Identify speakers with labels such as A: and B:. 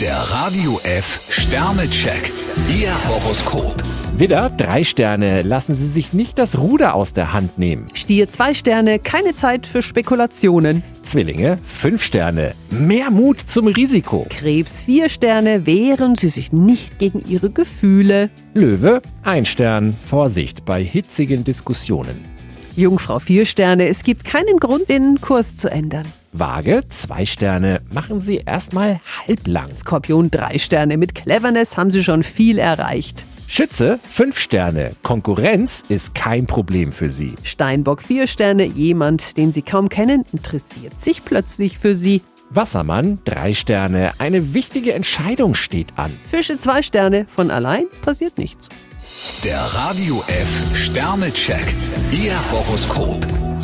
A: Der Radio F Sternecheck. Ihr Horoskop.
B: Widder, drei Sterne. Lassen Sie sich nicht das Ruder aus der Hand nehmen.
C: Stier zwei Sterne, keine Zeit für Spekulationen.
B: Zwillinge, fünf Sterne. Mehr Mut zum Risiko.
C: Krebs vier Sterne, wehren Sie sich nicht gegen Ihre Gefühle.
B: Löwe, ein Stern. Vorsicht bei hitzigen Diskussionen.
C: Jungfrau vier Sterne, es gibt keinen Grund, den Kurs zu ändern.
B: Waage, zwei Sterne. Machen Sie erstmal halblang.
C: Skorpion drei Sterne, mit Cleverness haben Sie schon viel erreicht.
B: Schütze, fünf Sterne. Konkurrenz ist kein Problem für Sie.
C: Steinbock vier Sterne, jemand, den Sie kaum kennen, interessiert sich plötzlich für Sie.
B: Wassermann, drei Sterne. Eine wichtige Entscheidung steht an.
C: Fische zwei Sterne, von allein passiert nichts.
A: Der Radio F Sternecheck. Ihr Horoskop.